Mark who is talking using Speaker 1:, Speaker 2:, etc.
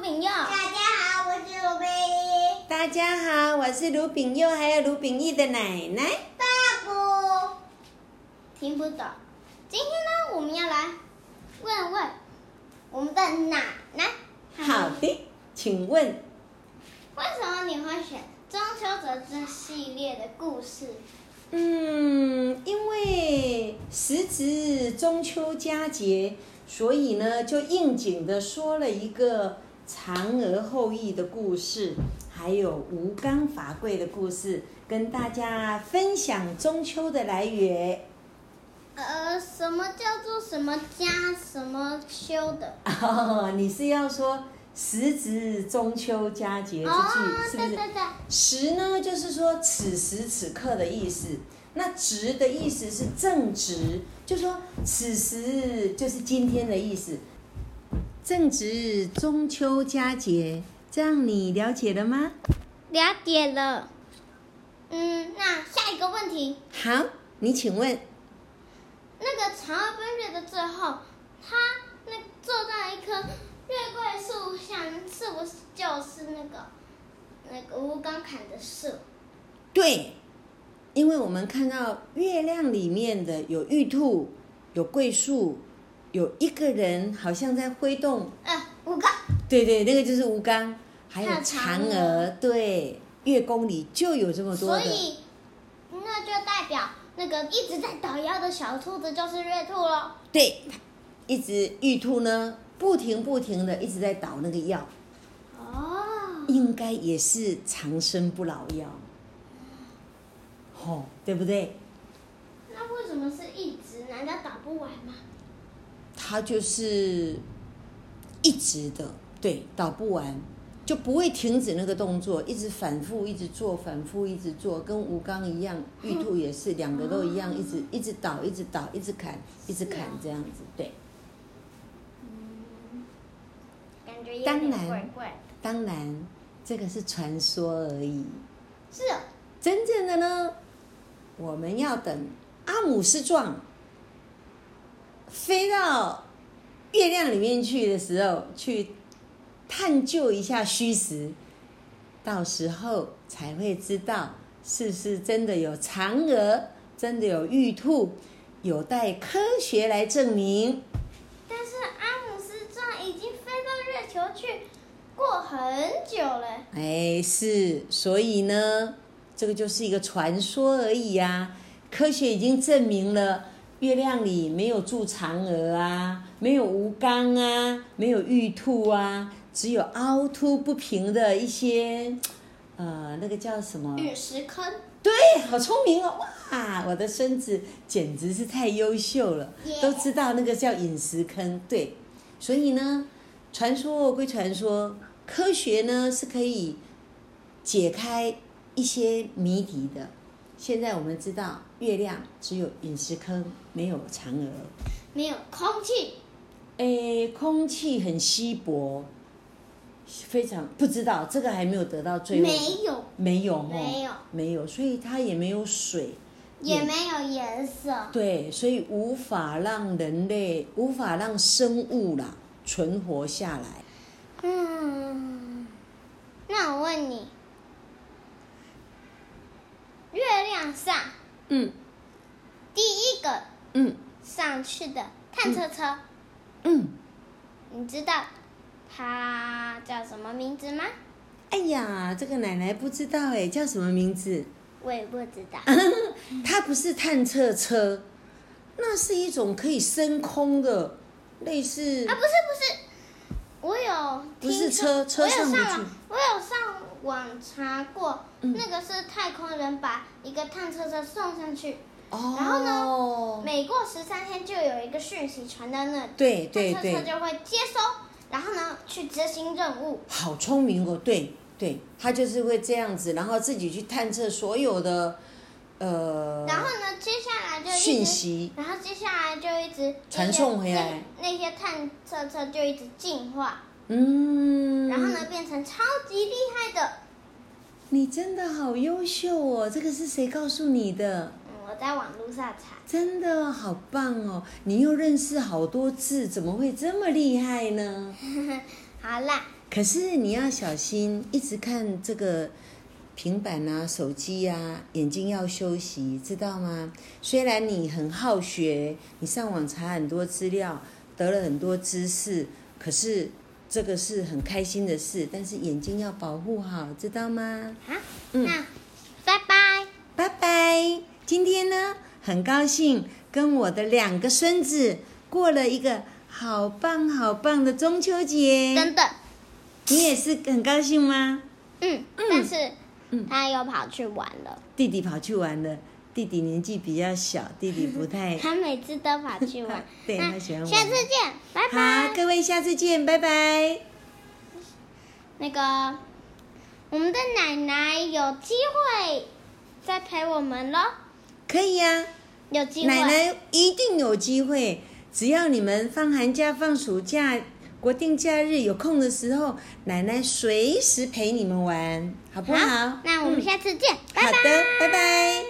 Speaker 1: 饼佑。
Speaker 2: 大家好，我是鲁冰。
Speaker 3: 大家好，我是卢炳佑，还有卢炳义的奶奶。
Speaker 2: 爸爸，
Speaker 1: 听不懂。今天呢，我们要来问问我们的奶奶，
Speaker 3: 好的，请问
Speaker 1: 为什么你会选中秋节这系列的故事？
Speaker 3: 嗯，因为时值中秋佳节，所以呢，就应景的说了一个嫦娥后羿的故事，还有吴刚伐桂的故事，跟大家分享中秋的来源。
Speaker 1: 呃，什么叫做什么家什么秋的？
Speaker 3: 哦，你是要说时值中秋佳节之际，是不
Speaker 1: 哦对对
Speaker 3: 是？
Speaker 1: 对，
Speaker 3: 时呢，就是说此时此刻的意思。那值的意思是正值，就说此时就是今天的意思。正值中秋佳节，这样你了解了吗？
Speaker 1: 了解了。嗯，那下一个问题，
Speaker 3: 好，你请问，
Speaker 1: 那个嫦娥奔月的最后，她那坐在一棵月桂树下，是不是就是那个那个吴刚砍的树？
Speaker 3: 对，因为我们看到月亮里面的有玉兔，有桂树，有一个人好像在挥动
Speaker 1: 呃，吴刚，
Speaker 3: 对对，那个就是吴刚，还有
Speaker 1: 还有
Speaker 3: 嫦
Speaker 1: 嫦娥
Speaker 3: 娥，对，月宫里就有这么多
Speaker 1: 所
Speaker 3: 的。
Speaker 1: 以那就代表那个一直在捣药的小兔子就是月兔喽。
Speaker 3: 对，一直玉兔呢，不停不停的一直在捣那个药，
Speaker 1: 哦，
Speaker 3: 应该也是长生不老药，哦，对不对？
Speaker 1: 那为什么是一直？难道捣不完吗？
Speaker 3: 它就是一直的，对，捣不完，就不会停止那个动作，一直反复，一直做，反复，一直做，跟吴刚一样，玉兔也是，两个都一样，一直一直捣，一直捣，一直砍，一直砍
Speaker 1: 是啊，
Speaker 3: 这样子，对。
Speaker 1: 感觉有
Speaker 3: 当
Speaker 1: 点
Speaker 3: 然
Speaker 1: 怪怪的。
Speaker 3: 当然，这个是传说而已，
Speaker 1: 是哦，
Speaker 3: 真正的呢，我们要等阿姆斯壮飞到月亮里面去的时候，去探究一下虚实，到时候才会知道是不是真的有嫦娥，真的有玉兔，有待科学来证明。
Speaker 1: 但是阿姆斯壮已经飞到月球去过很久了。
Speaker 3: 哎，是，所以呢，这个就是一个传说而已啊。科学已经证明了，月亮里没有住嫦娥啊，没有吴刚啊，没有玉兔啊，只有凹凸不平的一些，呃，那个叫什么？
Speaker 1: 陨石坑，
Speaker 3: 对，好聪明哦！哇，我的孙子简直是太优秀了
Speaker 1: Yeah
Speaker 3: 都知道那个叫饮食坑。对，所以呢，传说归传说，科学呢是可以解开一些谜底的。现在我们知道，月亮只有陨石坑，没有嫦娥。
Speaker 1: 没有空气，
Speaker 3: 诶，空气很稀薄，非常不知道这个还没有得到最后
Speaker 1: 没有，
Speaker 3: 没有哦
Speaker 1: 没有
Speaker 3: 没有，所以它也没有水。
Speaker 1: 也没有颜色。
Speaker 3: 对，所以无法让人类，无法让生物啦存活下来。
Speaker 1: 嗯，那我问你，月亮上
Speaker 3: 嗯
Speaker 1: 第一个
Speaker 3: 嗯
Speaker 1: 上去的探测车，
Speaker 3: 嗯，
Speaker 1: 你知道它叫什么名字吗？
Speaker 3: 哎呀，这个奶奶不知道哎，叫什么名字？
Speaker 1: 我也不知道。
Speaker 3: 啊它不是探测车，那是一种可以升空的，类似
Speaker 1: 啊，不是不是，我有
Speaker 3: 不是
Speaker 1: 听说
Speaker 3: 车车嗯上
Speaker 1: 我有
Speaker 3: 不去
Speaker 1: 上网，我有上网查过，那个是太空人把一个探测车送上去，
Speaker 3: 哦。
Speaker 1: 然后每过十三天就有一个讯息传到那里，
Speaker 3: 对对
Speaker 1: 探测车
Speaker 3: 对，
Speaker 1: 就会接收，然后呢去执行任务。
Speaker 3: 好聪明哦，对对，它就是会这样子，然后自己去探测所有的呃
Speaker 1: 然后呢，接下来就一
Speaker 3: 讯
Speaker 1: 直，
Speaker 3: 息，
Speaker 1: 然后接下来就一直
Speaker 3: 传送回来
Speaker 1: 那些，那些探测车就一直进化，
Speaker 3: 嗯，
Speaker 1: 然后呢变成超级厉害的。
Speaker 3: 你真的好优秀哦！这个是谁告诉你的？
Speaker 1: 嗯，我在网络上查。
Speaker 3: 真的好棒哦！你又认识好多字，怎么会这么厉害呢？
Speaker 1: 好啦，
Speaker 3: 可是你要小心，一直看这个平板啊、手机啊，眼睛要休息，知道吗？虽然你很好学，你上网查很多资料，得了很多知识，可是这个是很开心的事，但是眼睛要保护好，知道吗？
Speaker 1: 好，
Speaker 3: 嗯
Speaker 1: 啊那拜拜。
Speaker 3: 拜拜！今天呢，很高兴跟我的两个孙子过了一个好棒好棒的中秋节。
Speaker 1: 等等，
Speaker 3: 你也是很高兴吗？
Speaker 1: 嗯，但是
Speaker 3: 嗯
Speaker 1: 他又跑去玩了，
Speaker 3: 弟弟跑去玩了，弟弟年纪比较小，弟弟不太。
Speaker 1: 他每次都跑去玩
Speaker 3: 哎 对
Speaker 1: 那
Speaker 3: 他喜欢玩
Speaker 1: 下次见，拜
Speaker 3: 好。
Speaker 1: 拜。
Speaker 3: 各位，下次见，拜拜。
Speaker 1: 那个，我们的奶奶有机会再陪我们喽，
Speaker 3: 可以呀、
Speaker 1: 有机会。
Speaker 3: 奶奶一定有机会。只要你们放寒假、放暑假、国定假日有空的时候，奶奶随时陪你们玩，好不好？
Speaker 1: 那我们
Speaker 3: 嗯
Speaker 1: 下次见，拜
Speaker 3: 好
Speaker 1: 拜。
Speaker 3: 的，拜拜。